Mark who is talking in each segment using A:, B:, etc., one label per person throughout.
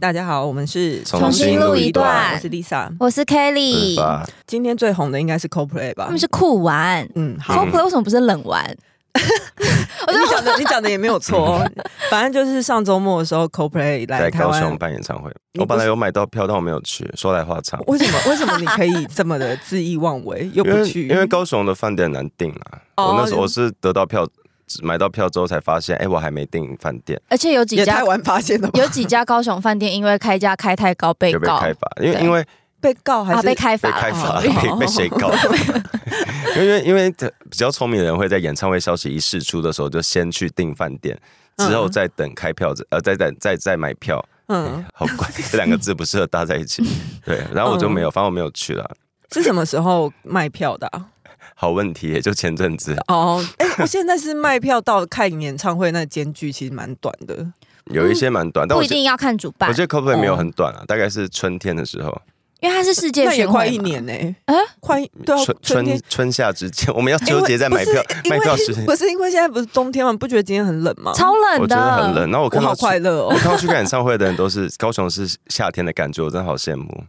A: 大家好，我们是
B: 重新录一段
A: 我是 Lisa。
C: 我是
B: 是
C: Kelly，
B: 吧？
A: 今天最红的应该是 CoPlay 吧
C: 他们？是酷玩
A: 嗯， 好，
C: ，CoPlay 为什么不是冷玩？
A: 你讲的你讲的也没有错 哦。反正就是上周末的时候，CoPlay 来
B: 在
A: 台
B: 高
A: 湾
B: 雄。办演唱会，
A: 你不是
B: 我本来有买到票，但我没有去。说来话长，
A: 为什么为什么你可以这么的恣意妄 为又
B: 因
A: 不
B: 为
A: 去？
B: 因为高雄的饭店难订啊。
A: 哦
B: 我那时候我是得到票，买到票之后才发现，哎，我还没订饭店，
C: 而且有几
A: 也
C: 家
A: 太晚发现了吧？
C: 有几家高雄饭店因为开价开太高被
B: 就被
C: 告
B: 开罚，因为
C: 对
B: 因为
A: 被告还
C: 啊
A: 是
C: 被开
B: 被
C: 罚
B: 开
C: 了，
B: 罚，
A: 哦
B: 被被 谁告？因为因为比较聪明的人会在演唱会消息一释出的时候，就先去订饭店，之后
A: 嗯
B: 再等开票，呃，再等再再买票。
A: 嗯，
B: 好怪， 这两个字不适合搭在一起。对，然后我就没有，反正我没有去了。
A: 是什么时候卖票的啊？
B: 好问题耶，也就前阵子
A: 哦，哎，我现在是卖票到看演唱会那间距其实蛮短的。
B: 有一些蛮短， 但
C: 不
B: 我
C: 一
B: 觉得
C: 定要看主办
B: 我，觉得 CoPlay
A: 哦
B: 没有很短啊，大概是春天的时候，
C: 因为它是世界
A: 那也
C: 巡
A: 快
C: 回
A: 一
C: 嘛。
A: 年呢、
C: 啊
A: 快一对啊
B: 春，
A: 春天
B: 春春夏之间，我们要
A: 因为
B: 纠结在买票
A: 不是因
B: 卖
A: 为
B: 票时间，
A: 不是因为现在不是冬天吗？你不觉得今天很冷吗？
C: 超冷
B: 我觉得
C: 的，
B: 很冷。然后我
A: 啊我
B: 看到
A: 好
B: 去
A: 快乐
B: 我
A: 哦！
B: 看到去看演唱会的人都是高雄是夏天的感觉，我真的好羡慕。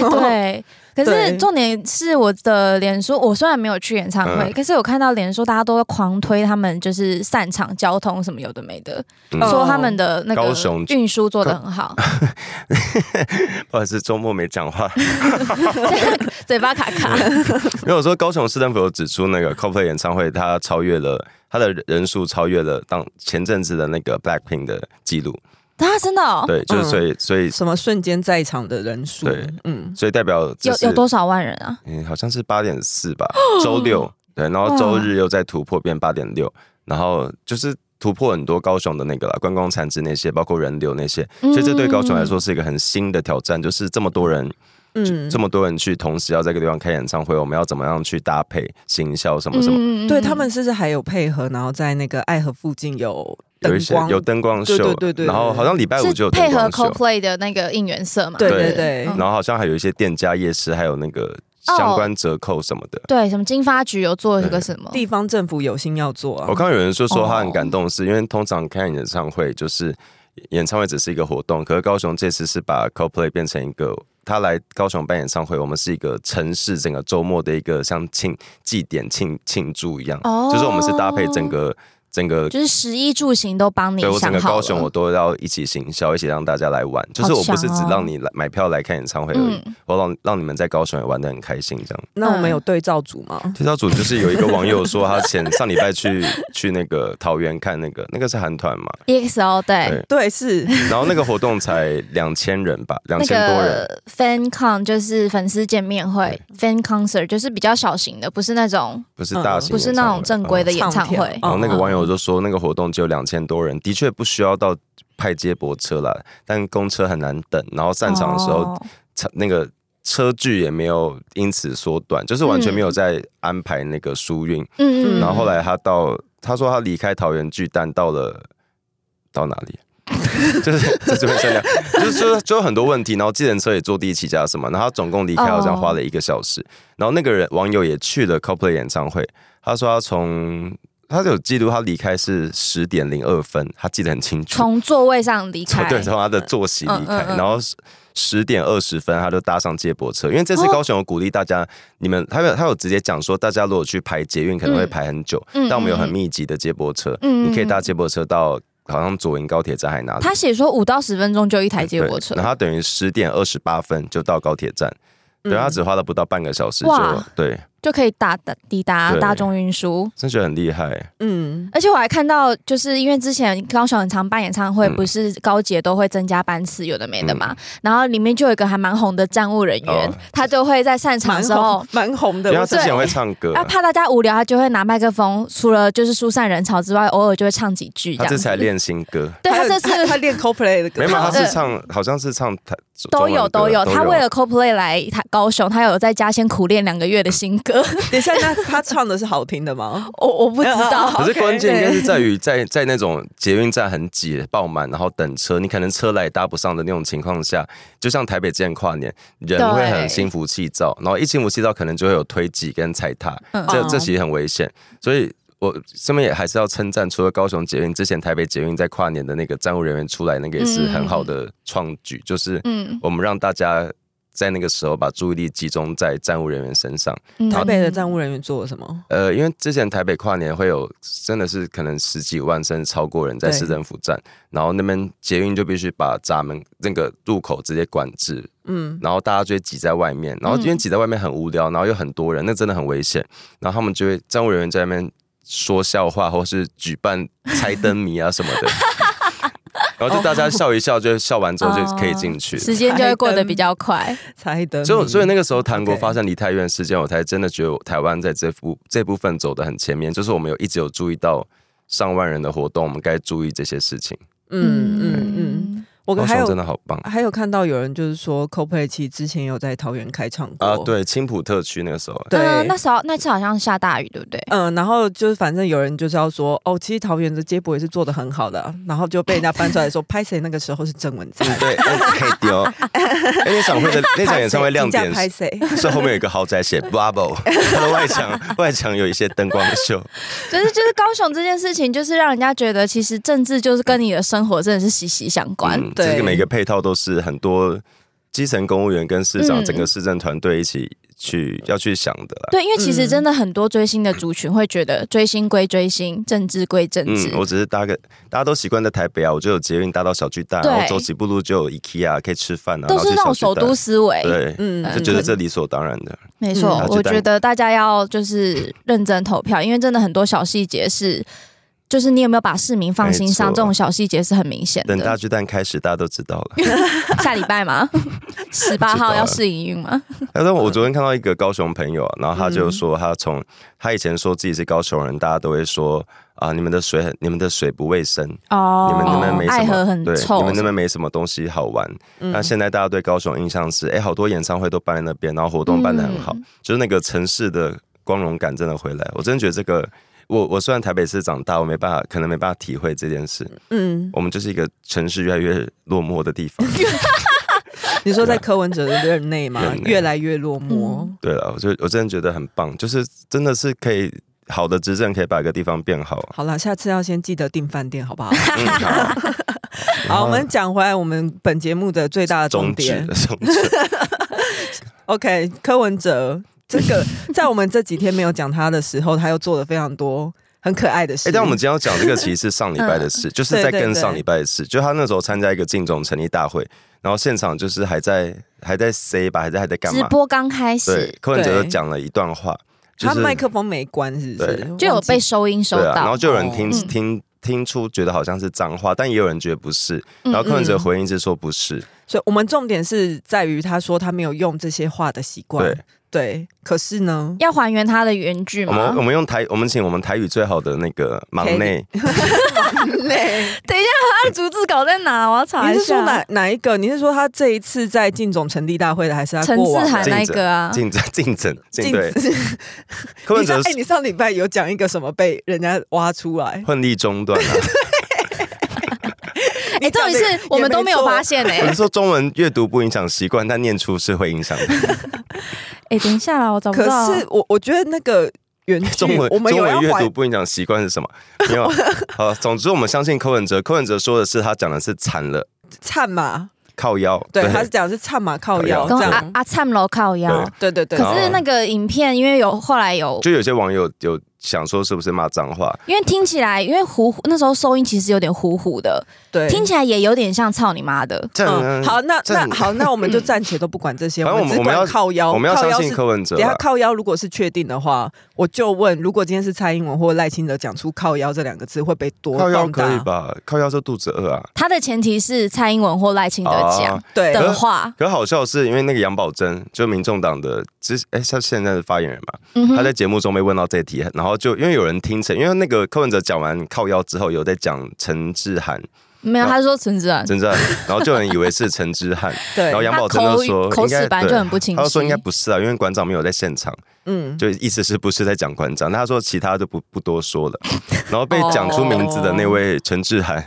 C: 对。可
A: 对
C: 是重点是我的脸书，我虽然没有去演唱会，
B: 嗯
C: 可是我看到脸书大家都会狂推他们就是散场交通什么有的没的，
B: 嗯
A: 哦
C: 说他们的那
B: 高
C: 个
B: 雄
C: 运输做得很好，
B: 或者是周末没 讲话，
C: 嘴巴卡 卡。
B: 因为我说高雄市政府有指出，那个 CoPlay 演唱会它超越了它的人数超越了当前阵子的那个 Blackpink 的记录，
C: 啊，真的、哦，
B: 对，就是
A: 嗯
B: 所以所以
A: 什么瞬间在场的人数？
B: 对
A: 嗯，
B: 所以代表这
C: 有
B: 是
C: 有多少万人啊？
B: 嗯，好像是八点四 吧，周六对，然后周日又再突破变八点六，然后就是突破很多高雄的那个啦，观光产值那些，包括人流那些，
C: 嗯
B: 所以这对高雄来说是一个很新的挑战，就是这么多人，
A: 嗯
B: 这么多人去同时要在一个地方开演唱会，我们要怎么样去搭配行销什么什么，
C: 嗯
A: 对他们是不是还有配合？然后在那个爱河附近有嗯
B: 有
A: 灯
B: 一些
A: 光，
B: 有灯光秀，
A: 对对对对
B: 然后好像礼拜五就有灯
C: 是配合
B: 光秀，
C: CoPlay 的那个应援色嘛？
A: 对
B: 对
A: 对对
C: 嗯
B: 然后好像还有一些店家夜市，还有那个
A: 哦
B: 相关折扣什么的。
C: 对，什么金发局有做这个什么？
A: 地方政府有心要做啊
B: 我。看到有人说说他很
C: 哦
B: 感动是，因为通常看演唱会就是演唱会只是一个活动，可是高雄这次是把 CoPlay 变成一个。他来高雄办演唱会，我们是一个城市整个周末的一个像庆祭典庆庆祝一样，
C: 哦
B: 就是我们是搭配整个整个，
C: 就是食衣住行都帮你
B: 对我整
C: 想
B: 个
C: 好
B: 高
C: 了。
B: 雄我都要一起行销，一起让大家来玩。就是我不是只
C: 强哦
B: 让你来买票来看演唱会而已，
C: 嗯
B: 我让让你们在高雄也玩的很开心这样。
A: 那我们有对照组
C: 嗯
A: 吗？
B: 推销组就是有一个网友说，他前上礼拜去去那个桃园看那个那个是韩团嘛，
C: EXO ，E 对
B: 对
A: 对， 是
B: 然后那个活动才两千人吧，两
C: 那
B: 千多人。
C: 个 Fan Con 就是粉丝见面会，Fan Concert 就是比较小型的，不是那种
B: 不是大型、
C: 嗯不是那种正规的
B: 嗯
C: 演唱
A: 唱
C: 会
A: 跳。
B: 然后那个
A: 嗯嗯
B: 网友就说，那个活动只有两千多人，的确不需要到派接驳车啦，但公车很难等。然后散场的时候，
C: 哦
B: 车那个车距也没有因此缩短，就是完全没有在安排那个疏运。
C: 嗯
B: 然后后来他到，他说他离开桃园巨蛋到了到哪里？ 就是在这边商量， 就是就就有很多问题，然后计程车也坐地起价什么，然后他总共离开好像花了一个小时，然后那个人网友也去了 CoPlay 演唱会，他说他从他有记录他离开是十点零二分，他记得很清楚，
C: 从座位上离开，
B: 对，从他的坐席离开，
C: 嗯嗯嗯
B: 然后十点二十分他就搭上接驳车，因为这次
C: 哦
B: 高雄有鼓励大家，你们他有他有直接讲说，大家如果去排捷运可能会排很久，
C: 嗯嗯
B: 但我们有很密集的接驳车，
C: 嗯嗯
B: 你可以搭
C: 嗯
B: 接驳车到好像左营高铁站还哪里，
C: 他写说五到十分钟就一台接驳车
B: 对然，后他等于十点二十八分就到高铁站。
A: 嗯
B: 对，他只花了不到半个小时就
C: 嗯哇
B: 对，
C: 就可以打打抵达
B: 对
C: 大众运输。
B: 真觉得很厉害。
A: 嗯，
C: 而且我还看到，就是因为之前高雄很常办演唱会，
B: 嗯
C: 不是高捷都会增加班次，有的没的嘛。然后里面就有一个还蛮红的站务人员，
B: 哦
C: 他就会在散场
A: 蛮
C: 的时候
A: 红。蛮红的
B: 因为。他
A: 我
B: 之前会唱歌，
C: 啊，怕大家无聊，他就会拿麦克风，除了就是疏散人潮之外，偶尔就会唱几句这
B: 他
C: 样
B: 这
C: 子
B: 才。练新歌，
C: 对
A: 还
C: 他
A: 有
C: 这次
A: 他他 练 CoPlay 的歌，
B: 没有，他
C: 呃
B: 是唱，好像是唱台
C: 都有都有，他为
B: 了
C: 了 CoPlay 来他高雄，他有在家先苦练两个月的新 歌，
A: 等一下，那他唱的是好听的吗？
C: 我我不知道。
B: 可是
A: OK，
B: 关键应该是
A: 对
B: 在于在在那种捷运站很挤、爆满，然后等车，你可能车来也搭不上的那种情况下，就像台北之前跨年，人
C: 对
B: 会很心浮气躁，然后一心浮气躁，可能就会有推挤跟踩踏，
A: 哦
C: 嗯
B: 这这其实很危险。所以我这边也还是要称赞，除了高雄捷运，之前台北捷运在跨年的那个站务人员出来，那个也
A: 嗯
B: 是很好的创举，就是
C: 嗯，
B: 我们让大家在那个时候把注意力集中在站务人员身上。
C: 嗯
A: 台北的站务人员做了什么？
B: 呃，因为之前台北跨年会有真的是可能十几万甚至超过人在
A: 对
B: 市政府站，然后那边捷运就必须把闸门那个入口直接管制，
A: 嗯，
B: 然后大家就会挤在外面，然后因为
C: 嗯
B: 挤在外面很无聊，然后又很多人，那真的很危险。然后他们就会站务人员在那边说笑话，或是举办猜灯谜啊什么的， 然后就大
A: 哦
B: 家笑一笑，就笑完之后就可以进去。
C: 时间就会过得比较快。
A: 猜的。
B: 所以，所以那个时候韩国
A: 嗯 OK
B: 发生梨泰院事件，我才真的觉得台湾在这部这部分走得很前面，就是我们有一直有注意到上万人的活动，我们该注意这些事情。
A: 嗯嗯嗯，我
B: 高
A: 还
B: 雄真
A: 有
B: 的好棒
A: 还有看到有人就是说 CoPlay 其实之前有在桃园开唱过
B: 啊！对，青浦特区那个 时候，
A: 对
C: 嗯那时候那次好像下大雨，对不对？
A: 嗯，然后就是反正有人就是要说，哦，其实桃园的接驳也是做的很好的啊，然后就被人家搬出来说，拍谁那个时候是郑文灿，
B: 对，可以丢。哎那场会的 那场演唱会亮点
A: 拍谁？
B: 是后面有一个豪宅写 Bubble，它 的外墙外墙有一些灯光秀，
C: 就是就是高雄这件事情，就是让人家觉得其实政治就是跟你的生活真的是息息相关。
B: 嗯，
A: 对
B: 这个每个配套都是很多基层公务员跟市长
C: 嗯
B: 整个市政团队一起去要去想的啦。
C: 对，因为其实真的很多追星的族群会觉得追星归追星，政治归政治。
B: 嗯，我只是搭个，大家都习惯在台北啊，我就有捷运搭到小巨蛋，
C: 对
B: 然后走几步路就有 IKEA 可以吃饭啊，
C: 都是
B: 然
C: 那
B: 后
C: 种
B: 去小
C: 首
B: 巨蛋
C: 都思维，
B: 对，
A: 嗯
B: 就觉得这理所当然的。
C: 没错
B: 嗯。
C: 我觉得大家要就是认真投票，因为真的很多小细节是，就是你有没有把市民放心上，
B: 没错
C: 这种小细节是很明显
B: 等大
C: 的。
B: 巨蛋开始，大家都知 道了。
C: 下礼拜 吗？十八
B: 知道
C: 号
B: 了
C: 要试营运吗？
B: 哎，但我昨天看到一个高雄朋友啊，然后他就说他从、他以前说自己是高雄人，大家都会说啊，你们的水很，你们的水不卫生，
C: 哦
B: 你们那边没什
C: 爱河
B: 么，
C: 很
B: 对，
C: 臭，嗯
B: 你们那边没什么东西好玩。那现在大家对高雄印象是，哎、好多演唱会都办在那边，然后活动办得很好，
C: 嗯
B: 就是那个城市的光荣感真的回来。我真的觉得这个，我我虽然台北市长大，我没办法，可能没办法体会这件事。
A: 嗯，
B: 我们就是一个城市越来越落寞的 地方。
A: 你说在柯文哲的任内嘛，
B: 啊任内
A: 越来越落寞。
B: 对了，我就我真的觉得很棒，就是真的是可以好的执政可以把一个地方变好。
A: 好啦，下次要先记得订饭店，好 不好？
B: 嗯，好，
A: 好，我们讲回来，我们本节目的最大的重
B: 终止
A: 点，
B: 终止。
A: OK，柯文哲这 个在我们这几天没有讲他的时候，他又做了非常多很可爱的事。
B: 哎，但我们今天要讲这个其实是上礼拜的事，就是在
A: 对对
B: 跟
A: 对
B: 上礼拜的事，就他那时候参加一个进总成立大会，然后现场就是还在还在 C 吧，还在还在干
C: 直
B: 嘛？
C: 播刚开
B: 对
C: 始，
B: 柯文哲
A: 对
B: 就讲了一段话，就
A: 他
B: 是
A: 麦克风没关，是不
B: 对
A: 是？
C: 就有被
A: 忘记
C: 收音收
B: 对
C: 到，
B: 啊，然后就有人听
C: 嗯
B: 听听出觉得好像是脏话，但也有人觉得不是，
C: 嗯
B: 然后柯文哲回应是说不是，
A: 所以我们重点是在于他说他没有用这些话的习惯。
B: 对。
A: 对可是呢，
C: 嗯要还原它的原句
B: 我们
C: 嘛
B: 我。们用台，我们请我们台语最好的那个忙内，
C: 等一下，它的逐字稿在哪？我要查
A: 你
C: 一
A: 是说哪
C: 下。哎
A: 哪一个？你是说他这一次在进总成立大会的，还是他
C: 陈
A: 过
C: 思
A: 往
C: 涵
A: 的？
C: 那一个啊，
B: 竞争竞争竞
A: 进
B: 对柯
A: 你
B: 文
A: 上
B: 哲
A: 哎，你上礼拜有讲一个什么被人家挖出来？
B: 混力中断啊，
C: 哎，重点是我们都没有
A: 啊
C: 发现
B: 我
C: 哎
B: 是。说中文阅读不影响习惯，但念出是会影响的。
C: 哎，等一下啦，我找不
A: 可
C: 到。
A: 是我我觉得那个原句
B: 中文
A: 我们
B: 中
A: 有
B: 文
A: 要
B: 阅
A: 还
B: 读不影响习惯是什 么？没有啊。好，总之我们相信柯文哲，柯文哲说的是他讲的是惨了
A: 灿嘛？
B: 靠腰，
A: 对，他是讲的是唱马靠腰
B: 靠
A: 这
C: 跟
A: 样。
C: 阿阿灿楼靠腰。
A: 对对对
C: 可，是那个影片，因为有后来有，
B: 就有些网友有想说是不是骂脏
A: 嗯
B: 话？
C: 因为听起来，因为糊糊那时候收音其实有点糊糊的，
A: 对，
C: 听起来也有点像操你妈的。
B: 这样呢
A: 嗯，好，那
B: 这
A: 那
B: 样
A: 好，那我们
C: 嗯
A: 就暂且都不管这些，
B: 反正我们
A: 只管
B: 我们要
A: 靠腰，
B: 我们要
A: 靠
B: 相
A: 腰
B: 信
A: 是
B: 柯文哲啊
A: 等一下
B: 啦。
A: 靠腰如果是确定的话，我就问：如果今天是蔡英文或赖清德讲出“靠腰”这两个字，会被多
B: 靠腰
A: 放
B: 可以
A: 大？
B: 吧？靠腰就肚子饿啊。
C: 他的前提是蔡英文或赖清德讲
B: 啊
A: 对，
C: 的话，
B: 可好笑的是，因为那个杨宝珍，就民众党的之，哎、他现在的发言人嘛，
C: 嗯
B: 他
C: 哼，
B: 在节目中被问到这题，然后就因为有人听成，因为那个柯文哲讲完靠腰之后，有在讲陈志涵，
C: 没有，他说陈 子安，
B: 真正，然后就有人以为是陈志汉，
A: 对
B: 然后杨
C: 他
B: 宝珍
C: 口
B: 就说
C: 口
B: 应该
C: 齿本来就
B: 对
C: 很不清晰，
B: 他就说应该不是啊，因为馆长没有在现场，
A: 嗯，
B: 就意思是不是在讲馆
C: 嗯
B: 长？那他说其他就不不多说 了。然后被讲出名字的那位陈志涵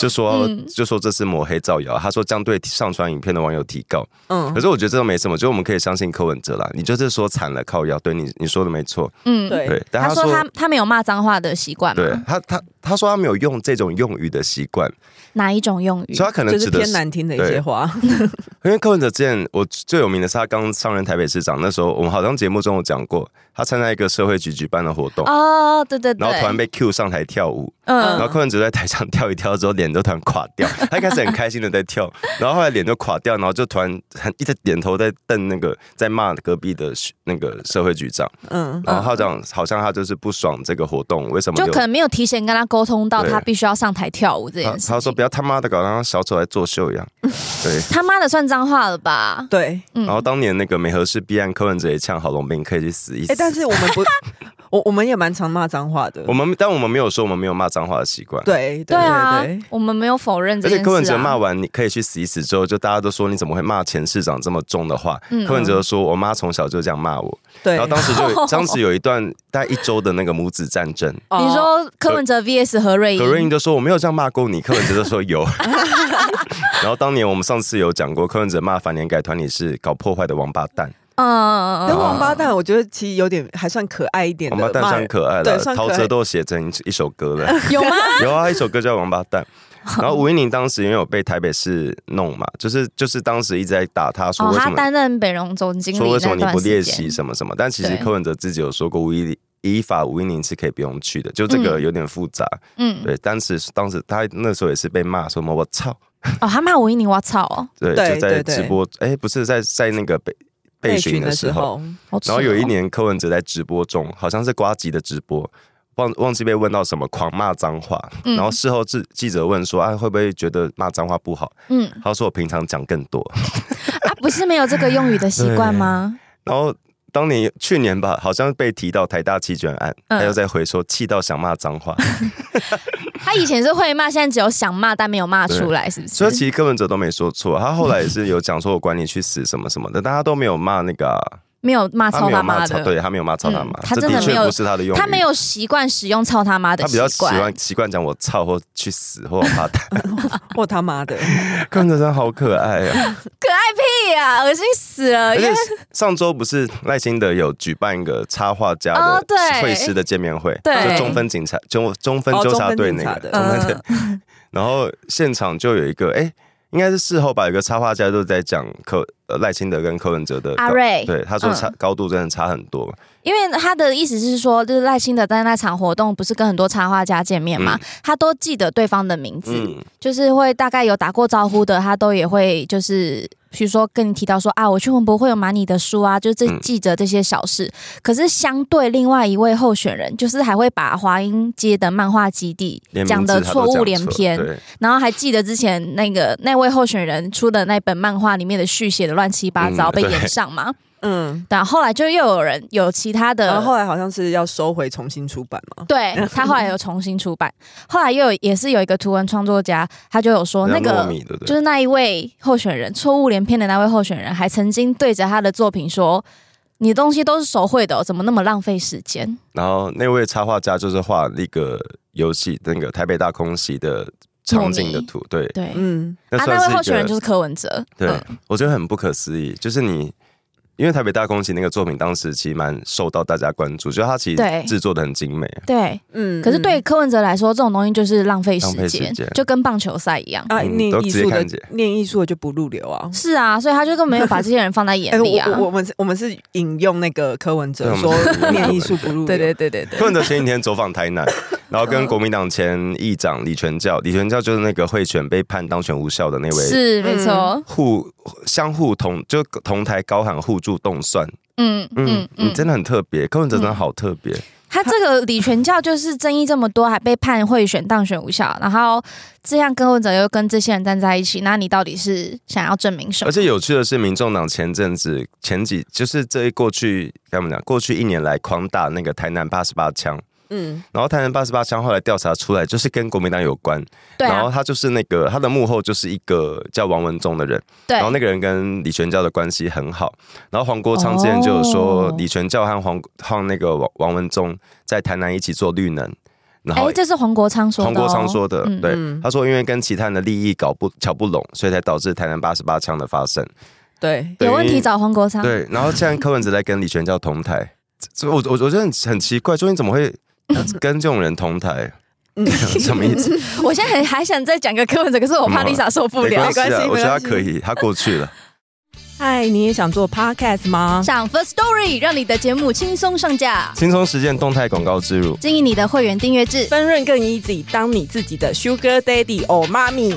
B: 就 说
C: 嗯
B: 就说这是抹黑造谣，他说将对上传影片的网友提告。
C: 哦
A: 嗯
B: 可，是我觉得这都没什么，就是我们可以相信柯文哲啦。你就是说惨了靠腰，对你你说的没错，
C: 嗯，
A: 对
B: 对。但
C: 他
B: 他
C: 说
B: 说
C: 他他没有骂脏话的习惯
B: 对
C: 吗？
B: 他他他说他没有用这种用语的习惯，
C: 哪一种用语
B: 所以？他可能
A: 就是
B: 指的
A: 偏
B: 是
A: 难听的一些
B: 对
A: 话。
B: 因为柯文哲之前我最有名的是他刚上任台北市长那时候，我们好像节目中有讲过，他参加一个社会局举办的活动，
C: 哦，对对对，
B: 然后突然被 Q 上台跳舞，然
C: 嗯
B: 后柯文哲在台上 跳一跳之后，脸都突然垮掉。他一开始很开心的在跳，然后后来脸就垮掉，然后就突然很一直点头在瞪那个在骂隔壁的那个社会局长，
A: 嗯，
B: 然后他讲好像他就是不爽这个活动，为什么
C: 就
B: 留
C: 可能没有提前跟他沟通到
B: 对
C: 他必须要上台跳舞这
B: 他
C: 件事
B: 他说
C: 情
B: 不要他妈的搞得像小丑在作秀一 样，对。
C: 他妈的算脏话了吧？
A: 对。
C: 嗯
B: 然后当年那个美和市弊案，柯文哲也呛郝龙斌可以去死一死。
A: 哎，但是我们不， 我我们也蛮常骂脏话的
B: 我。们但我们没有说我们没有骂脏话的习惯。，
A: 对
C: 对啊
A: 对，
C: 我们没有否认这
B: 而
C: 件
B: 且
C: 事、啊。
B: 柯文哲骂完你可以去死一死之后，就大家都说你怎么会骂前市长这么重的话？
C: 嗯
B: 柯文哲说我妈从小就这样骂我，
A: 对
B: 然后当时就 有当时有一段大概一周的那个母子战争，
A: 哦
C: 你说柯文哲 VS 何
A: 哎
C: 瑞
B: 葛瑞英
C: 英，
B: 就说我没有这样骂过你，柯文哲就说 有。 然后当年我们上次有讲过，柯文哲骂反年改团体是搞破坏的王八 蛋，
C: 嗯，
A: 跟王八蛋，我觉得其实有点还算可爱一点的
B: 王
A: 骂
B: 八
A: 人。
B: 蛋算可爱
A: 对
B: 了，
A: 算可爱
B: 陶喆都有写成一首歌了。
C: 嗯有吗？
B: 有啊，一首歌叫《王八蛋》。然后吴英玲当时因为有被台北市弄嘛，就是就是当时一直在打他 说
C: 哦，
B: 为什
C: 他
B: 么、
C: 担任北荣总经理
B: 说为什么
C: 那
B: 你
C: 段
B: 不练
C: 时
B: 习
C: 间，
B: 什么什么，但其实
C: 对
B: 柯文哲自己有说过吴英玲依法吴英玲是可以不用去的，就这个
C: 嗯
B: 有点复杂。
C: 嗯，
B: 对，当时当时他那时候也是被骂说么我操，
C: 哦，他骂吴一宁，我操哦，
B: 对，
A: 对
B: 就在
A: 对对
B: 直播哎不是在在那个被
A: 被
B: 被
A: 询
B: 询
A: 的
B: 的
A: 时
B: 时候，
A: 候，
C: 好扯
B: 然
C: 哦
B: 后有一，年柯文哲在直播中，好像是瓜吉的直播，忘忘记被问到什么，狂骂脏话。
C: 嗯
B: 然后事后记记者问说，啊，会不会觉得骂脏话不好？
C: 嗯，
B: 他说我平常讲更多。
C: 啊，不是没有这个用语的 习惯吗？
B: 然后当年去年吧，好像被提到台大弃捐案，
C: 嗯
B: 他又在回说气到想骂脏 话，
C: 他以前是会骂，现在只有想骂但没有骂出来，是不
B: 所以
C: 是？
B: 其实柯文哲都没说错，他后来也是有讲说我管你去死什么什么的，但他都没有骂那个啊、
C: 没有骂
B: 他
C: 操
B: 没有
C: 他
B: 骂
C: 妈
B: 操，
C: 的，
B: 对他没有骂操他妈，
C: 嗯他
B: 这
C: 真的
B: 的
C: 没
B: 确
C: 有
B: 不是他的用语，
C: 他没有习惯使用操他妈的
B: 他比较
C: 习
B: 喜
C: 惯
B: 欢，习惯讲我操或去死或我怕他。
A: 我他妈 的，
B: 柯哲真好可爱啊！
C: 可爱屁哎呀，恶心死了！
B: 而
C: 因
B: 且
C: 为
B: 上周不是赖清德有举办一个插画家的
C: 哦对
B: 会师的见面会，
C: 对
B: 就中分警察中中分纠察队
A: 哦中分
B: 那个，
A: 警察的
B: 中分队
C: 嗯。
B: 然后现场就有一个，哎，应该是事后吧，有个插画家都在讲柯呃赖清德跟柯文哲的
C: 阿瑞，
B: 对他说
C: 嗯
B: 差高度真的差很多嘛，
C: 因为他的意思是说，就是赖清德在那场活动不是跟很多插画家见面嘛，他都记得对方的名字，
B: 嗯，
C: 就是会大概有打过招呼的，他都也会就是。比如说跟你提到说啊，我去文博会有买你的书啊，就是这
B: 嗯
C: 记着这些小事。可是相对另外一位候选人，就是还会把华阴街的漫画基地
B: 连
C: 讲
B: 名
C: 的
B: 字他
C: 错
B: 都
C: 误
B: 讲
C: 连
B: 错
C: 篇，
B: 对，
C: 然后还记得之前那个那位候选人出的那本漫画里面的续写的乱七八糟
B: 嗯
C: 被
B: 对
C: 延上嘛。
A: 嗯，
C: 但后来就又有人有其他的，
A: 然
B: 哦
A: 后后来好像是要收回重新出版嘛，
C: 对他后来有重新出版，后来又有也是有一个图文创作家，他就有哦说那
B: 人家糯
C: 个
B: 米对不
C: 就
B: 对？
C: 是那一位候选人错误连篇的那位候选人，还曾经对着他的作品说：“你的东西都是手绘的哦、怎么那么浪费时间
B: 然后那位插画家就是画那个游戏那个台北大空袭的场景的图，对？”，
C: 对，
A: 嗯，
B: 那
C: 啊，
B: 算
C: 那
B: 是
C: 位
B: 一
C: 候选人
B: 个
C: 就是柯文哲，
B: 对
C: 嗯，
B: 我觉得很不可思议，就是你。因为台北大空袭那个作品，当时其实蛮受到大家关注，就是它其
C: 对
B: 实制作的很精美。
C: 对。
A: 嗯，
C: 可是对
A: 嗯
C: 柯文哲来说，这种东西就是浪费时
B: 浪费时
C: 间
B: 间，
C: 就跟棒球赛一样。
A: 啊，
B: 嗯
A: 念
B: 都
A: 艺
B: 直接
A: 术的
B: 看见
A: 念艺术的就不入流啊。
C: 是啊，所以他就根本没有把这些人放在 眼
A: 哎，我
C: 里啊。
A: 我我们是我们是引用那个柯文哲
B: 对
A: 说
B: 我们 是
A: 念艺术不入流，
C: 对对对对对，
B: 柯文哲前几天走访台 南，然后跟国民党前议长李全教，李全教就是那个贿选被判当选无效的那位，
C: 是没错。
B: 互相互同就同台高喊互助动算。
C: 嗯
B: 嗯
C: 嗯，
B: 你
C: 嗯，
B: 真的很特别，柯文哲真的好特别。
C: 他这个李全教就是争议这么多，还被判贿选当选无效，然后这样柯文哲又跟这些人站在一起，那你到底是想要证明什么？
B: 而且有趣的是，民众党前阵子前几就是这一过去该怎么讲？过去一年来狂打那个台南八十八枪，
A: 嗯，
B: 然后台南八十八枪后来调查出来，就是跟国民党有关。
C: 对
B: 然
C: 啊
B: 后，他就是那个他的幕后就是一个叫王文忠的人，
C: 对
B: 然，后那个人跟李全教的关系很好。然后黄国昌之前就有说，
C: 哦
B: 李全教和黄和那个王王文忠在台南一起做绿能，然后
C: 哎，这是黄国昌说的
B: 黄
C: 哦，
B: 国昌说的，
C: 嗯
B: 对，
A: 嗯
B: 他说因为跟其他人的利益搞不瞧不拢，所以才导致台南八十八枪的发生。
A: 对，
B: 对
C: 有问
B: 因为
C: 题找黄国昌，
B: 对，然后现在柯文哲在跟李全教同台，这我我我觉得很很奇怪，说你怎么 会跟这种人同台？
A: 嗯
B: 什么意思？
C: 我现在很还想再讲个柯文哲，可是我怕
B: 嗯
C: Lisa 受不
B: 没
C: 了
B: 关。系啊，
A: 没关系
B: 我觉得他
A: 没关系
B: 可以，他过去了。
A: 嗨，你也想做 podcast 吗？
C: 上 First Story 让你的节目轻松上架，
B: 轻松实践动态广告之路，
C: 经营你的会员订 阅制。
A: 分润更 easy，当你自己的 sugar daddy or mommy。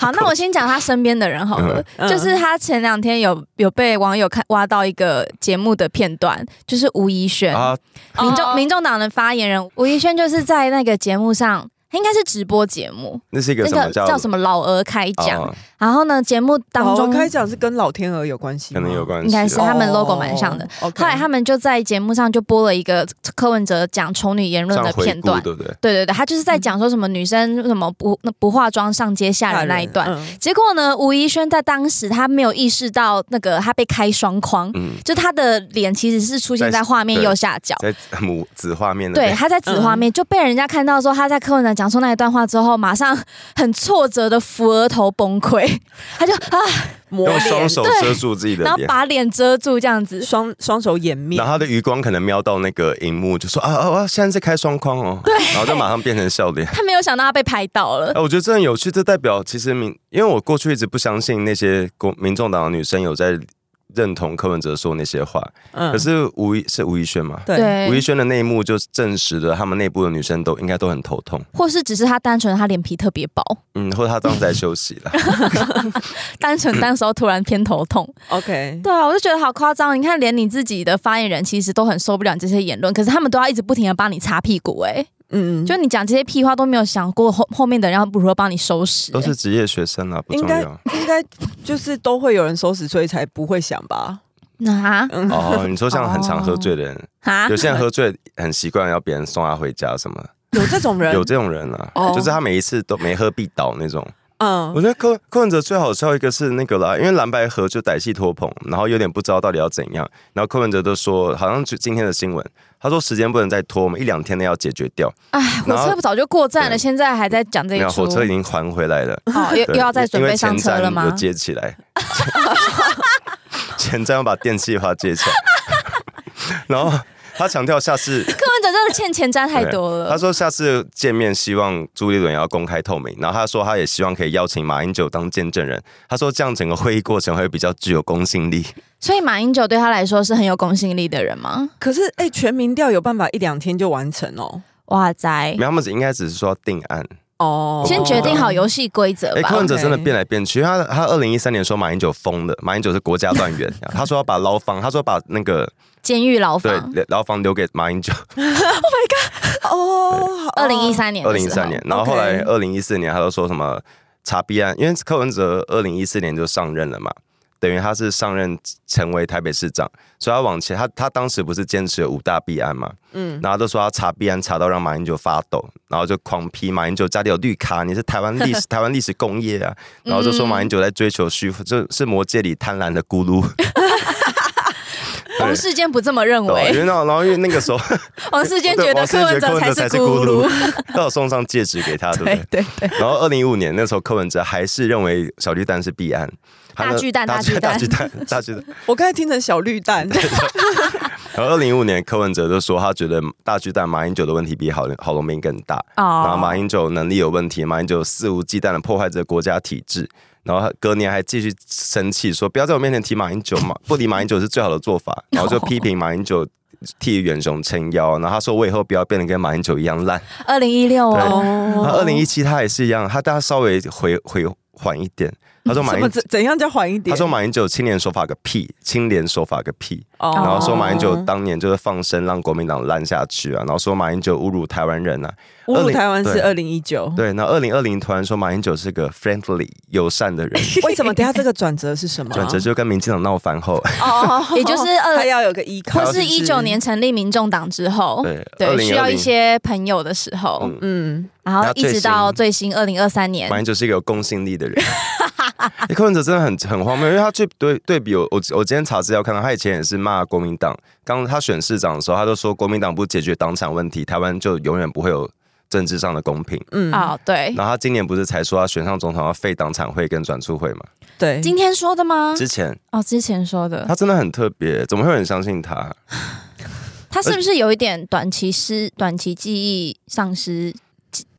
C: 好，那我先讲他身边的人好了，
A: 嗯
C: 就是他前两天有有被网友看挖到一个节目的片段，就是吴怡轩，
B: 啊，
C: 民众、
A: 哦
C: 民众党的发言人吴怡轩，就是在那个节目上。应该是直播节目，
B: 那是一个
C: 那
B: 什么
C: 个
B: 叫
C: 叫什么老鹅开讲，
B: 啊
C: 然后呢，节目当
A: 老
C: 中
A: 王开讲是跟老天鹅有关系吗，
B: 可能有关系，啊
C: 应该是
A: 哦，
C: 他们 logo 蛮像的。
A: 哦。OK
C: 后来他们就在节目上就播了一个柯文哲讲丑女言论
B: 这
C: 的
B: 样回
C: 片
B: 顾，
C: 段，
B: 对不对？
C: 对对对，他就是在讲说什么女生什么不那不化妆上街吓人那一段。
A: 嗯
C: 结果呢，吴怡轩在当时他没有意识到那个他被开双框，
B: 嗯，
C: 就他的脸其实是出现在画面右下角。
B: 在母子画面的
C: 对，他在紫画面就被人家看到说他在柯文哲讲出那一段话之后，马上 很挫折的扶额头崩溃，他就啊，
A: 磨
B: 用
A: 脸，
B: 双手
C: 对
B: 遮住自己的
C: 然后
B: 脸。
C: 把脸遮住这样子。
A: 双双手掩面
B: 然，后他的余光可能瞄到那个荧幕，就说啊啊啊！现在在开双框哦， 然后就马上变成笑 脸。
C: 他没有想到他被拍到了
B: 哎、，我觉得这很有趣，这代表其实民，因为我过去一直不相信那些国民众党的女生有在认同柯文哲说那些话，
A: 嗯
B: 可是吴一是吴一轩嘛，
A: 对，
B: 吴一轩的内幕就证实了他们内部的女生都应该都很头痛，
C: 或是只是他单纯他脸皮特别薄，
B: 嗯，或者他当时在休 息了，
C: 单纯当时候突然偏头痛。
A: ，OK，
C: 对啊，我就觉得好夸张。你看，连你自己的发言人其实都很受不了你这些言论，可是他们都要一直不停的帮你擦屁股、欸。
A: 嗯，
C: 就你讲这些屁话都没有想过后后面的人要如何帮你收拾、
B: 都
C: 欸
B: 是职业学生啦，不重要。
A: 应该就是都会有人收拾，所以才不会想吧。
C: 啊
A: 嗯，
B: 哦，你说像很常喝醉的人，
A: 哦
C: 啊
B: 有！些人喝醉很习惯要别人送他回家什么的，
A: 有这种人
B: 有，这种人啊，
A: 哦
B: 就是他每一次都没喝必倒那种。
A: 嗯
B: 我觉得柯柯文哲最好笑一个是那个啦，因为蓝白河就歹戏拖棚，然后有点不知道到底要怎样。然后柯文哲都说，好像就今天的新闻，他说时间不能再拖，我们一两天内要解决掉。
C: 哎，火
B: 然后
C: 车早就过站了，
B: 对
C: 现在还在讲这
B: 没
C: 一
B: 有，
C: 出
B: 火，车已经还回来了，
C: 哦，又又
B: 对
C: 要再准
B: 因
C: 备
B: 为
C: 上
B: 前
C: 车
B: 站
C: 了吗
B: 有？接起来， 前站要把电气化接起来， 然后他强调下次
C: 柯文哲真的欠前瞻 太多
B: 他
C: 了。
B: 说下次见面希望朱立伦要公开透明，然后他说他也希望可以邀请马英九当见证人。他说这样整个会议过程会比较具有公信力。
C: 所以马英九对他来说是很有公信力的人吗？
A: 可是哎、全民调有办法一两天就完成哦。
C: 哇塞
B: 没！有，他们只应该只是说定案。
A: 哦，
C: 先决定好游戏规则
B: 哎、
C: 吧
B: 柯。文哲
A: OK
B: 真的变来变去，因为他他二零一三年说马英九疯了，马英九是 国家乱源，他说要把牢房，他说把那个
C: 监狱牢
B: 对
C: 房，
B: 牢房留给马英九。
A: 哦，好
C: 二零一，三年的
B: 二
C: 时
B: 零
C: 候，
B: 一三年，然后后来
A: OK
B: 二零一四年他又说什么查弊案，因为柯文哲二零一四年就上任了嘛，等于他是上任成为台北市长，所以他往前，他他当时不是坚持有五大弊案嘛，
A: 嗯，
B: 然后都说他查弊案查到让马英九发抖，然后就狂批马英九家里有绿卡，你是台湾历史台湾历史工业啊，然后就说马英九在追求虚，就是魔界里贪婪的咕噜，
C: 王世坚不这么认
B: 对，因
C: 为，
B: 为那然后因为那个时候，
C: 王世坚觉
B: 对
C: 得
B: 王世
C: 柯文
B: 坚
C: 哲才是
B: 柯
C: 咕
B: 文
C: 噜
B: 哲。才是咕噜，都有送上戒指给他，对不对
A: 对？对对，
B: 然后二零一五年那时候，柯文哲还是认为小巨蛋是必安，他的
C: 大巨蛋
B: 大巨
C: 大
B: 大
C: 巨
B: 巨蛋，大巨蛋。
A: 我刚才听成小绿蛋，
B: 然后二零一五年，柯文哲就说他觉得大巨蛋马英九的问题比郝郝龙斌更大，然后
C: 哦，
B: 马英九能力有问题，马英九肆无忌惮的破坏这个国家体制。然后他隔年还继续生气说，不要在我面前提马英九嘛， 不理马英九是最好的做法。然后就批评马英九替远雄撑腰，然后他说我以后不要变得跟马英九一样烂。
C: 二零一六哦，
B: 然后
A: 哦，
B: 二零一七他也是一样，他大家稍微回回缓一点，他说马
A: 什
B: 英
A: 么怎怎样叫缓一点？
B: 他说马英九清廉守法个屁，清廉守法个屁。
A: 哦，
B: 然后说马英九当年就是放生让国民党烂下去啊，然后说马英九侮辱台湾人啊，
A: 侮辱台湾是
B: 对
A: 二零一九，
B: 对，那二零二零突然说马英九是个 friendly 友善的 人，
A: 为什么？等一下这个转折是什么？
B: 转折就跟民进党闹翻后，
A: 哦，
C: 也就是二
A: 他要有个依靠
C: 或
B: 还要
C: 是
B: 就是
C: 一九年成立民众党之后，
B: 对
C: 哦对，需要一
B: 2020
C: 些朋友的时候，
B: 嗯
A: 嗯，
C: 然后一直
B: 然
C: 到
B: 后
C: 最新二零二三年
B: 马，英九是一个有公信力的人。 欸、柯文哲真的很很荒谬，因为他去对对比我我我今天查资料看到，他以前也是骂国民党，刚他选市长的时候，他就说国民党不解决党产问题，台湾就永远不会有政治上的公平。
A: 嗯，
C: 哦，对，
B: 然后他今年不是才说他选上总统要废党产会跟转促会嘛？
A: 对，
C: 今天说的吗？
B: 嗯之前
C: 哦，之前说的，
B: 他真的很特别，怎么会有人相信他？
C: 他是不是有一点短期失、短期记忆丧失？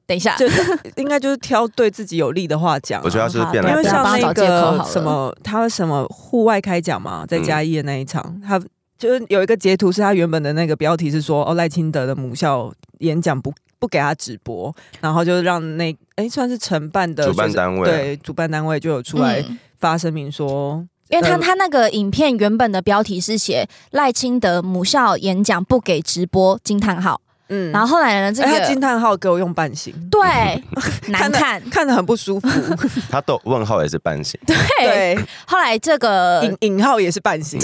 C: 等一下，
A: 就是应该就是挑对自己有利的话讲啊。
B: 我觉得他就是变
C: 对
A: 因
B: 来
A: 为
B: 变
A: 像
C: 不要帮
B: 去。
C: 他
A: 那
C: 找借口
A: 个
C: 好了
A: 什么，他什么户外开讲嘛，在嘉
B: 嗯
A: 义的那一场，他就是有一个截图是他原本的那个标题是说，哦，赖清德的母校演讲不不给他直播，然后就让那哎、算是承办的
B: 主办
A: 学生
B: 单位啊
A: 对主办单位就有出来
C: 嗯
A: 发声明说，
C: 因为他
A: 呃
C: 他那个影片原本的标题是写赖清德母校演讲不给直播惊叹号，
A: 嗯，
C: 然后后来呢这
A: 哎、他
C: 个
A: 惊叹号给我用半形，
C: 对难看，
A: 看得很不舒 服，
B: 他都问号也是半 形，
C: 对，
A: 对，
C: 后来这
B: 呃
C: 个
A: 引引号也是半形，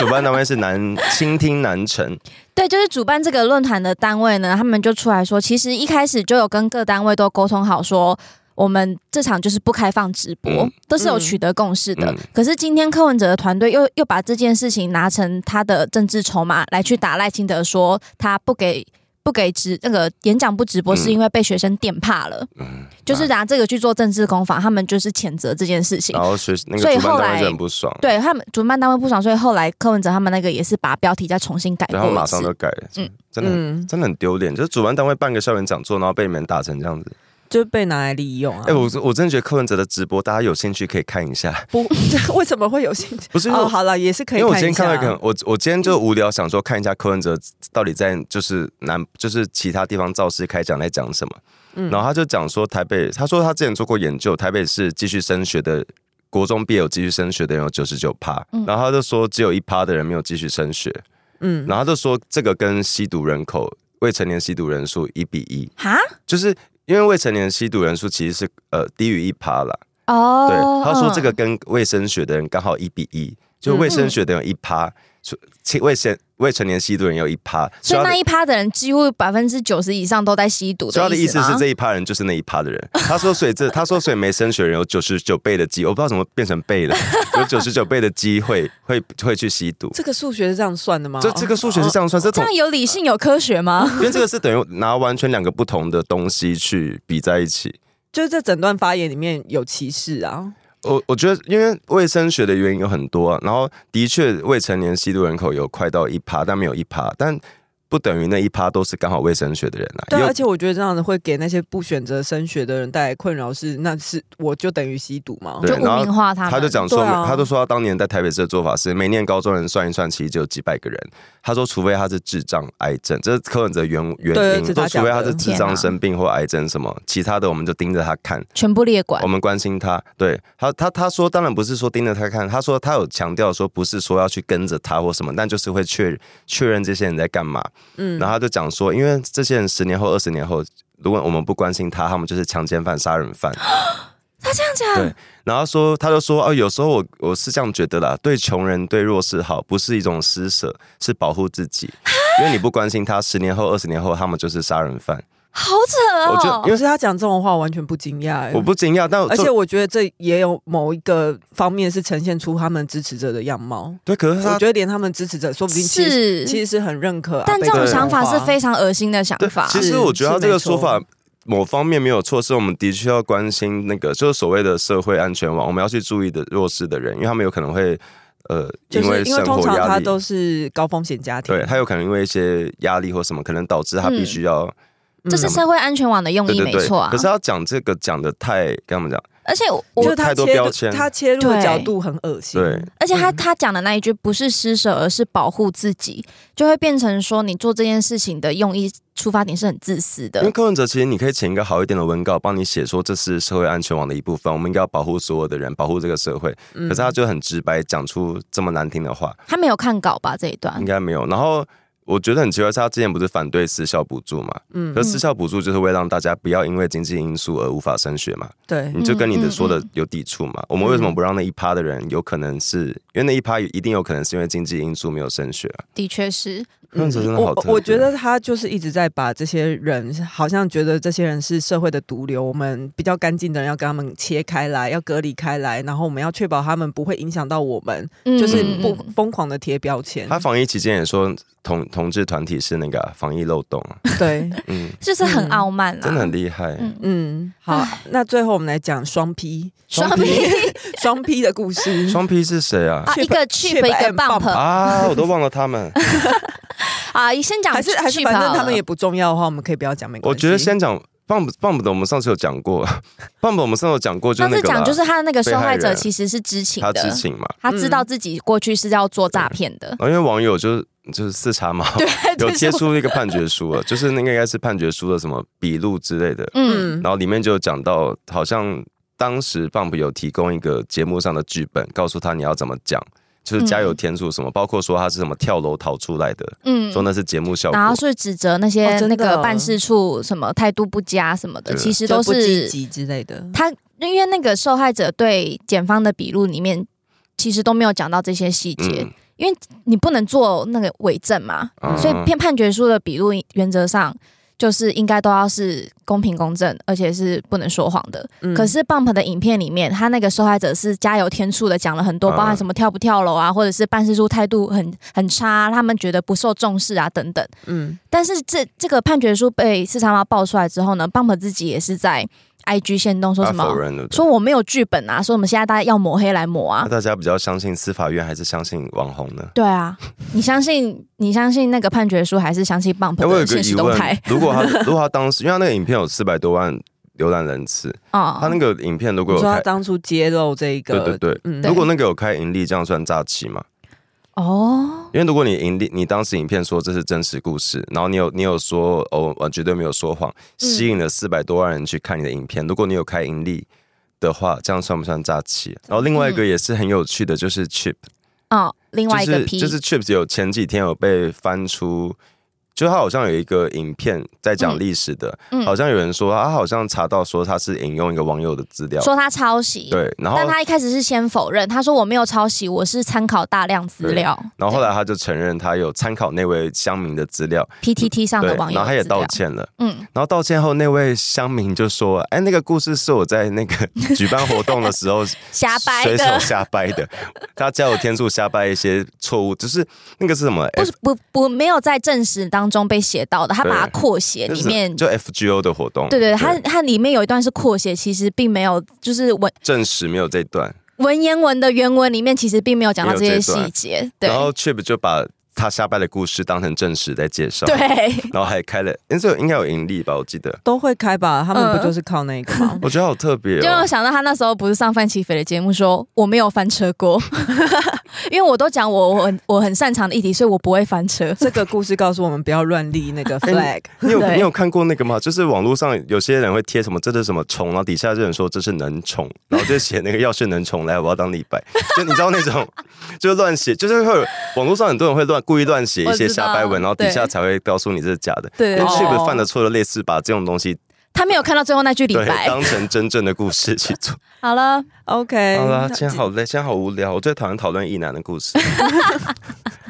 B: 主办单位是南倾听南城，
C: 对，就是主办这个论坛的单位呢，他们就出来说，其实一开始就有跟各单位都沟通好说。我们这场就是不开放直播，
B: 嗯
C: 都是有取得共识的。
B: 嗯
C: 可是今天柯文哲的团队又又把这件事情拿成他的政治筹码来去打赖清德，说他不给不给直那个演讲不直播，
B: 嗯
C: 是因为被学生电怕了，
B: 嗯，
C: 就是拿这个去做政治攻防，他们就是谴责这件事情
B: 然。后学那
C: 所
B: 个
C: 以
B: 主办
C: 后
B: 单
C: 来
B: 位就很不爽，
C: 对他们主办单位不爽，所以后来柯文哲他们那个也是把标题再重新改
B: 然后
C: 过
B: 马
C: 一
B: 上
C: 次
B: 就。改，
C: 嗯
B: 嗯，真的很
A: 嗯，
B: 真的很丢脸，就是主办单位办个校园讲座，然后被你们打成这样子。
A: 就被拿来利用啊。
B: 哎、我我真的觉得柯文哲的直播，大家有兴趣可以看一下。
A: 不， 为什么会有兴趣？
B: 不是因为
A: 哦，好了，也是可
B: 因
A: 以
B: 为我
A: 看
B: 今天
A: 一
B: 看到
A: 下。
B: 一个，我我今天就无聊，想说看一下柯文哲到底在就是南就是其他地方造势开讲在讲什么。
A: 嗯
B: 然后他就讲说台北，他说他之前做过研究，台北市继续升学的国中毕业有继续升学的人有九十九趴，
C: 嗯
B: 然后他就说只有一趴的人没有继续升学，
A: 嗯，
B: 然后他就说这个跟吸毒人口未成年吸毒人数一比一，
C: 哈
B: 就是因为未成年吸毒人数其实是呃低于一趴啦。
C: 哦，
B: 对，他说这个
C: 嗯
B: 跟卫生学的人刚好一比一，就卫生学的人有一趴，所其未成未成年吸毒人有一趴，
C: 所以
B: 他
C: 那
B: 的
C: 一趴的人几乎百分之九十以上都在吸毒
B: 所以他的意思
C: 吗
B: 是这一趴人就是那一趴的人。他说，所以这他说，所以没升学人有九十九倍的机，我不知道怎么变成倍了，有九十九倍的机会会会去吸毒。
A: 这个数学是这样算的吗？哦
B: 这这个数学是这样算，这
C: 哦这
B: 种
C: 样有理性有科学吗？
B: 因为这个是等于拿完全两个不同的东西去比在一起。
A: 就是这整段发言里面有歧视啊。
B: 我我觉得，因为卫生学的原因有很多、啊，然后的确未成年吸毒人口有快到一趴，但没有一趴，但不等于那一趴都是刚好卫生学的人啊。
A: 对啊，
B: 也有
A: 而且我觉得这样子会给那些不选择升学的人带来困扰是，那是我就等于吸毒嘛。
B: 对
C: 就污名化他们，
B: 他就讲说，
A: 对啊
B: 他就说他当年在台北市的做法是，每年高中人算一算，其实只有几百个人。他说，除非他是智障、癌症，这是柯文哲原
A: 对
B: 原
A: 这是
B: 因，
A: 他
B: 说除非他是智
C: 讲的
B: 障、生病或癌症什么，其他的我们就盯着他看。
C: 全部列管
B: 我。们关心他，对他，他他说，当然不是说盯着他看，他说他有强调说，不是说要去跟着他或什么，但就是会确确认这些人在干嘛。
A: 嗯
B: 然后他就讲说，因为这些人十年后、二十年后，如果我们不关心他，他们就是强奸犯、杀人犯。
C: 他这样讲
B: 对，然后他说，他就说，哦，有时候我我是这样觉得啦，对穷人、对弱势好，不是一种施舍，是保护自己。
A: 啊
B: 因为你不关心他，十年后、二十年后，他们就是杀人犯。
C: 好扯
B: 我嗯就
C: 哦
B: 因！
A: 可
B: 为
A: 是他讲这种话，我完全不惊讶、欸。
B: 我不惊讶，但
A: 而且
B: 就
A: 我觉得这也有某一个方面是呈现出他们支持者的样貌。
B: 对，可是
A: 我
B: 他
A: 觉得连他们支持者说不定其实其实
C: 是，
A: 是很认可啊，
C: 但这
A: 被
C: 种
A: 同
C: 想法
A: 化
C: 是非常恶心的想
B: 对，
C: 法。
B: 其实
A: 是
B: 我觉得他
A: 是
B: 这个
A: 没错
B: 说法某方面没有错，是我们的确要关心那个，就是所谓的社会安全网，我们要去注意的弱势的人，因为他们有可能会呃，
A: 就是
B: 为
A: 因为
B: 生
A: 通
B: 活
A: 常
B: 压
A: 他
B: 力，
A: 都是高风险家庭，
B: 对他有可能因为一些压力或什么，可能导致他必须要、
A: 嗯，
C: 这是社会安全网的用
B: 对
C: 意，
B: 对
C: 没
B: 对
C: 错。啊呃
B: 可。是他讲这个讲的太，跟他们讲，
C: 而且我
A: 就
C: 我
A: 是他
B: 太多
A: 切入
B: 标签
A: 他切入的
C: 对
A: 角度很恶心。
B: 对
C: 而且他
A: 嗯
C: 他讲的那一句不是施舍，而是保护自己，就会变成说你做这件事情的用意出发点是很自私
B: 因为
C: 的。
B: 柯文哲其实你可以请一个好一点的文稿，帮你写说这是社会安全网的一部分，我们应该要保护所有的人，保护这个社会。
A: 嗯
B: 可是他就很直白讲出这么难听的话，
C: 他没有看稿吧这一段
B: 应？该没有。然后我觉得很奇怪，是他之前不是反对私校补助嘛？
A: 嗯
B: 可是私校补助就是为了让大家不要因为经济因素而无法升学嘛，
A: 对
B: 你就跟你
C: 嗯
B: 的
C: 嗯
B: 说的
C: 嗯
B: 有抵触嘛？我们为什么不让那一趴的人，有可能是因为那一趴一定有可能是因为经济因素没有升学啊？
C: 的确是，
B: 柯文哲嗯真的好
A: 嗯我
B: 特别啊
A: 我觉得他就是一直在把这些人，好像觉得这些人是社会的毒瘤，我们比较干净的人要跟他们切开来，要隔离开来，然后我们要确保他们不会影响到我们，就是
C: 嗯
A: 不
C: 嗯
A: 疯狂的贴标签。
B: 他防疫期间也说同同志团体是那个啊防疫漏洞啊，
A: 对，
B: 嗯，
C: 就是很
A: 嗯
C: 傲慢啊啦，
B: 真的很厉害。
C: 嗯
A: 嗯， 好，那最后我们来讲双 P
C: 双 P
A: 双 P 的故事。
B: 双 P 是谁啊？
C: 啊，
A: Chip-
C: 一个 cheap
A: Chip
C: 一个
A: and Bump
C: bump
B: 啊，我都忘了他们。
C: 啊，先讲
A: 还是还是，
C: cheap
A: 反正
C: 好
A: 他们
C: 了
A: 也不重要的话，我们可以不要讲，没关系。
B: 我觉得先讲 Bump Bump 的，我们上次有讲过，Bump 我们上次有讲过，就是
C: 上
B: 那
C: 次
B: 个啦
C: 讲就是他那个受害
B: 被害
C: 者
B: 人
C: 其实是知情
B: 他
C: 的，
B: 知情嘛，哦
C: 他知道自己过去是要做诈骗的，
B: 然后因为网友就是就是四叉猫 有贴出一个判决书了，就是那个应该是判决书的什么笔录之类的，
C: 嗯，
B: 然后里面就有讲到好像当时 Bump 有提供一个节目上的剧本，告诉他你要怎么讲。就是加油添醋什么，包括说他是什么跳楼逃出来的，
C: 嗯
B: 说那是节目效果。嗯
C: 然后是指责那
A: 哦
C: 些
A: 真的
C: 那个
A: 哦
C: 办事处什么态度不佳什么的，
B: 对啊
C: 其实
A: 就
C: 都
A: 不积
C: 是
A: 极之类的。
C: 他，因为那个受害者对检方的笔录里面，其实都没有讲到这些细节。
B: 嗯
C: 你不能做那个伪证嘛，
B: 嗯
C: 所以骗判决书的笔录原则上就是应该都要是公平公正，而且是不能说谎的。
A: 嗯
C: 可是 Bump 的影片里面，他那个受害者是加油添醋的讲了很多，
B: 嗯
C: 包含什么跳不跳楼啊，或者是办事处态度很很差，他们觉得不受重视啊等等。
A: 嗯，
C: 但是这这个判决书被四三妈爆出来之后呢，Bump 自己也是在 IG 线动说
B: 他
C: 什
B: 啊否
C: 么，
B: 认的，
C: 说我没有剧本啊，说我们现在大家要抹黑来抹啊
B: 那。大家比较相信司法院还是相信网红呢？
C: 对啊，你相信你相信那个判决书，还是相信 Bump
B: 哎我有
C: 的
B: 个
C: 现
B: 疑
C: 实动
B: 问
C: 态，
B: 如果他如果他当时，因为他那个影片有四百多万浏览人次，
C: 啊？
B: 他那个影片如果
A: 你
B: 有
A: 说他
B: 开，
A: 当初揭露这一
B: 对
A: 个，
B: 对对，
A: 嗯
C: 对
B: 如果那个有开盈利，这样算诈欺吗？
C: 哦，
B: 因为如果你盈利，你当时影片说这是真实故事，然后你有你有说哦，我绝对没有说谎，
C: 嗯
B: 吸引了四百多万人去看你的影片。如果你有开盈利的话，这样算不算诈欺？然后另外一个也是很有趣的，就是 Chip，
C: 哦，另外一个 P，
B: 就是 Chips 有前几天有被翻出，就他好像有一个影片在讲历史的，
C: 嗯嗯
B: 好像有人说他好像查到说他是引用一个网友的资料，
C: 说他抄袭，
B: 对，然后
C: 但他一开始是先否认，他说我没有抄袭，我是参考大量资料，
B: 然后后来他就承认他有参考那位乡民的资料，
C: 对 PTT 上
B: 对，
C: 的网
B: 然
C: 友
B: 后他也
C: 资料
B: 道，歉了。
C: 嗯，
B: 然后道歉后，那位乡民就说：“哎，那个故事是我在那个举办活动的时候
C: 瞎掰
B: 随手
C: 的，
B: 瞎掰 的，他加有天数瞎掰一些错误，就是那个是什么？
C: 不是不不没有在正史当中被写到的，他把它扩写
B: 就
C: 里
B: 是
C: 面，
B: 就 FGO 的活动，
C: 对对，它它里面有一段是扩写，其实并没有，就是文
B: 证实没有这段。
C: 文言文的原文里面其实并没有讲到这
B: 没
C: 些
B: 有这段
C: 细节，对
B: 然后 Chip 就把他瞎掰的故事当成正史在介绍，
C: 对，
B: 然后还开了，那时候应该有盈利吧？我记得，
A: 都会开吧？他们
C: 嗯
A: 不就是靠那个 吗？
B: 我觉得好特别
C: 就让
B: 哦
C: 我。想到他那时候不是上范琪斐的节目说我没有翻车过， 因为我都讲我我很我很擅长的议题，所以我不会翻车。
A: 这个故事告诉我们不要乱立那个 flag。
B: 你有
C: 对
B: 你有看过那个吗？就是网络上有些人会贴什么这是什么虫，然后底下就有人说这是能虫，然后就写那个要是能虫来，我要当李白。就你知道那种， 就乱写，就是会有网络上很多人会乱故意乱写一些
C: 哦我知道
B: 瞎掰文，然后底下
C: 对
B: 才会告诉你这是假的。
C: 对
B: 因为
A: 哦
B: Chip 犯的错的类似把这种东西
C: 他没有看到最后那句李
B: 对
C: 白。
B: 当成真正的故事去 做。
C: 好了，哎
A: OK，
B: 好啦，
A: 那
B: 今天好累，今天好无聊，我最讨厌讨论异男的故 事，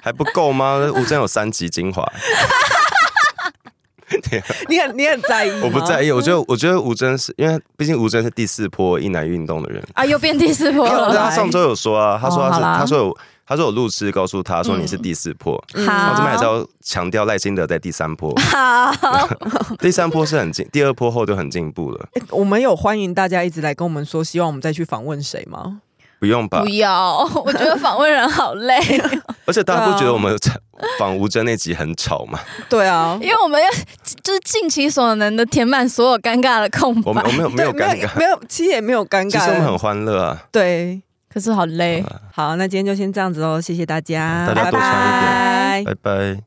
B: 还不够吗？吴真有三集精华，
A: 你很你很在意，
B: 我不在。意，我觉得我觉得吴真是因为毕竟吴真是第四波异男运动的人，
C: 啊，又变第四波
B: 因为
A: 好啦
B: 他
C: 了。
B: 他上周有说啊，他说
C: 哦
B: 他
C: 好
B: 是
C: 啦
B: 他说有他说有路痴告诉他说你是第四波。
C: 好
B: 嗯我这边还是要强调赖清德在第三波，
C: 好，
B: 第三波是很进，第二波后就很进步了。
A: 诶我们有欢迎大家一直来跟我们说，希望我们再去访问谁吗？
B: 不用吧
C: 不？要，我觉得访问人好累，
B: 而且大
A: 对
B: 家
A: 啊
B: 不觉得我们仿吴真那集很吵吗？
A: 对啊，
C: 因为我们要就是尽其所能的填满所有尴尬的空
B: 我们我们
C: 白，
B: 没 有没有
A: 对
B: 尴尬，
A: 没有，其实也没有尴
B: 其实我们很
A: 尬。
B: 欢乐啊。
A: 对，
C: 可是好累。
A: 好，那今天就先这样子喽，谢谢大家，
B: 大家多穿一点
A: 拜拜
B: 拜拜。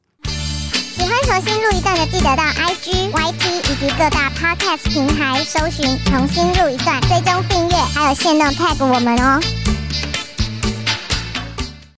D: 喜欢重新录一段的，记得到 IG、YT 以及各大 Podcast 平台搜寻“重新录一段”，追踪订阅，还有限定 tag 我们哦。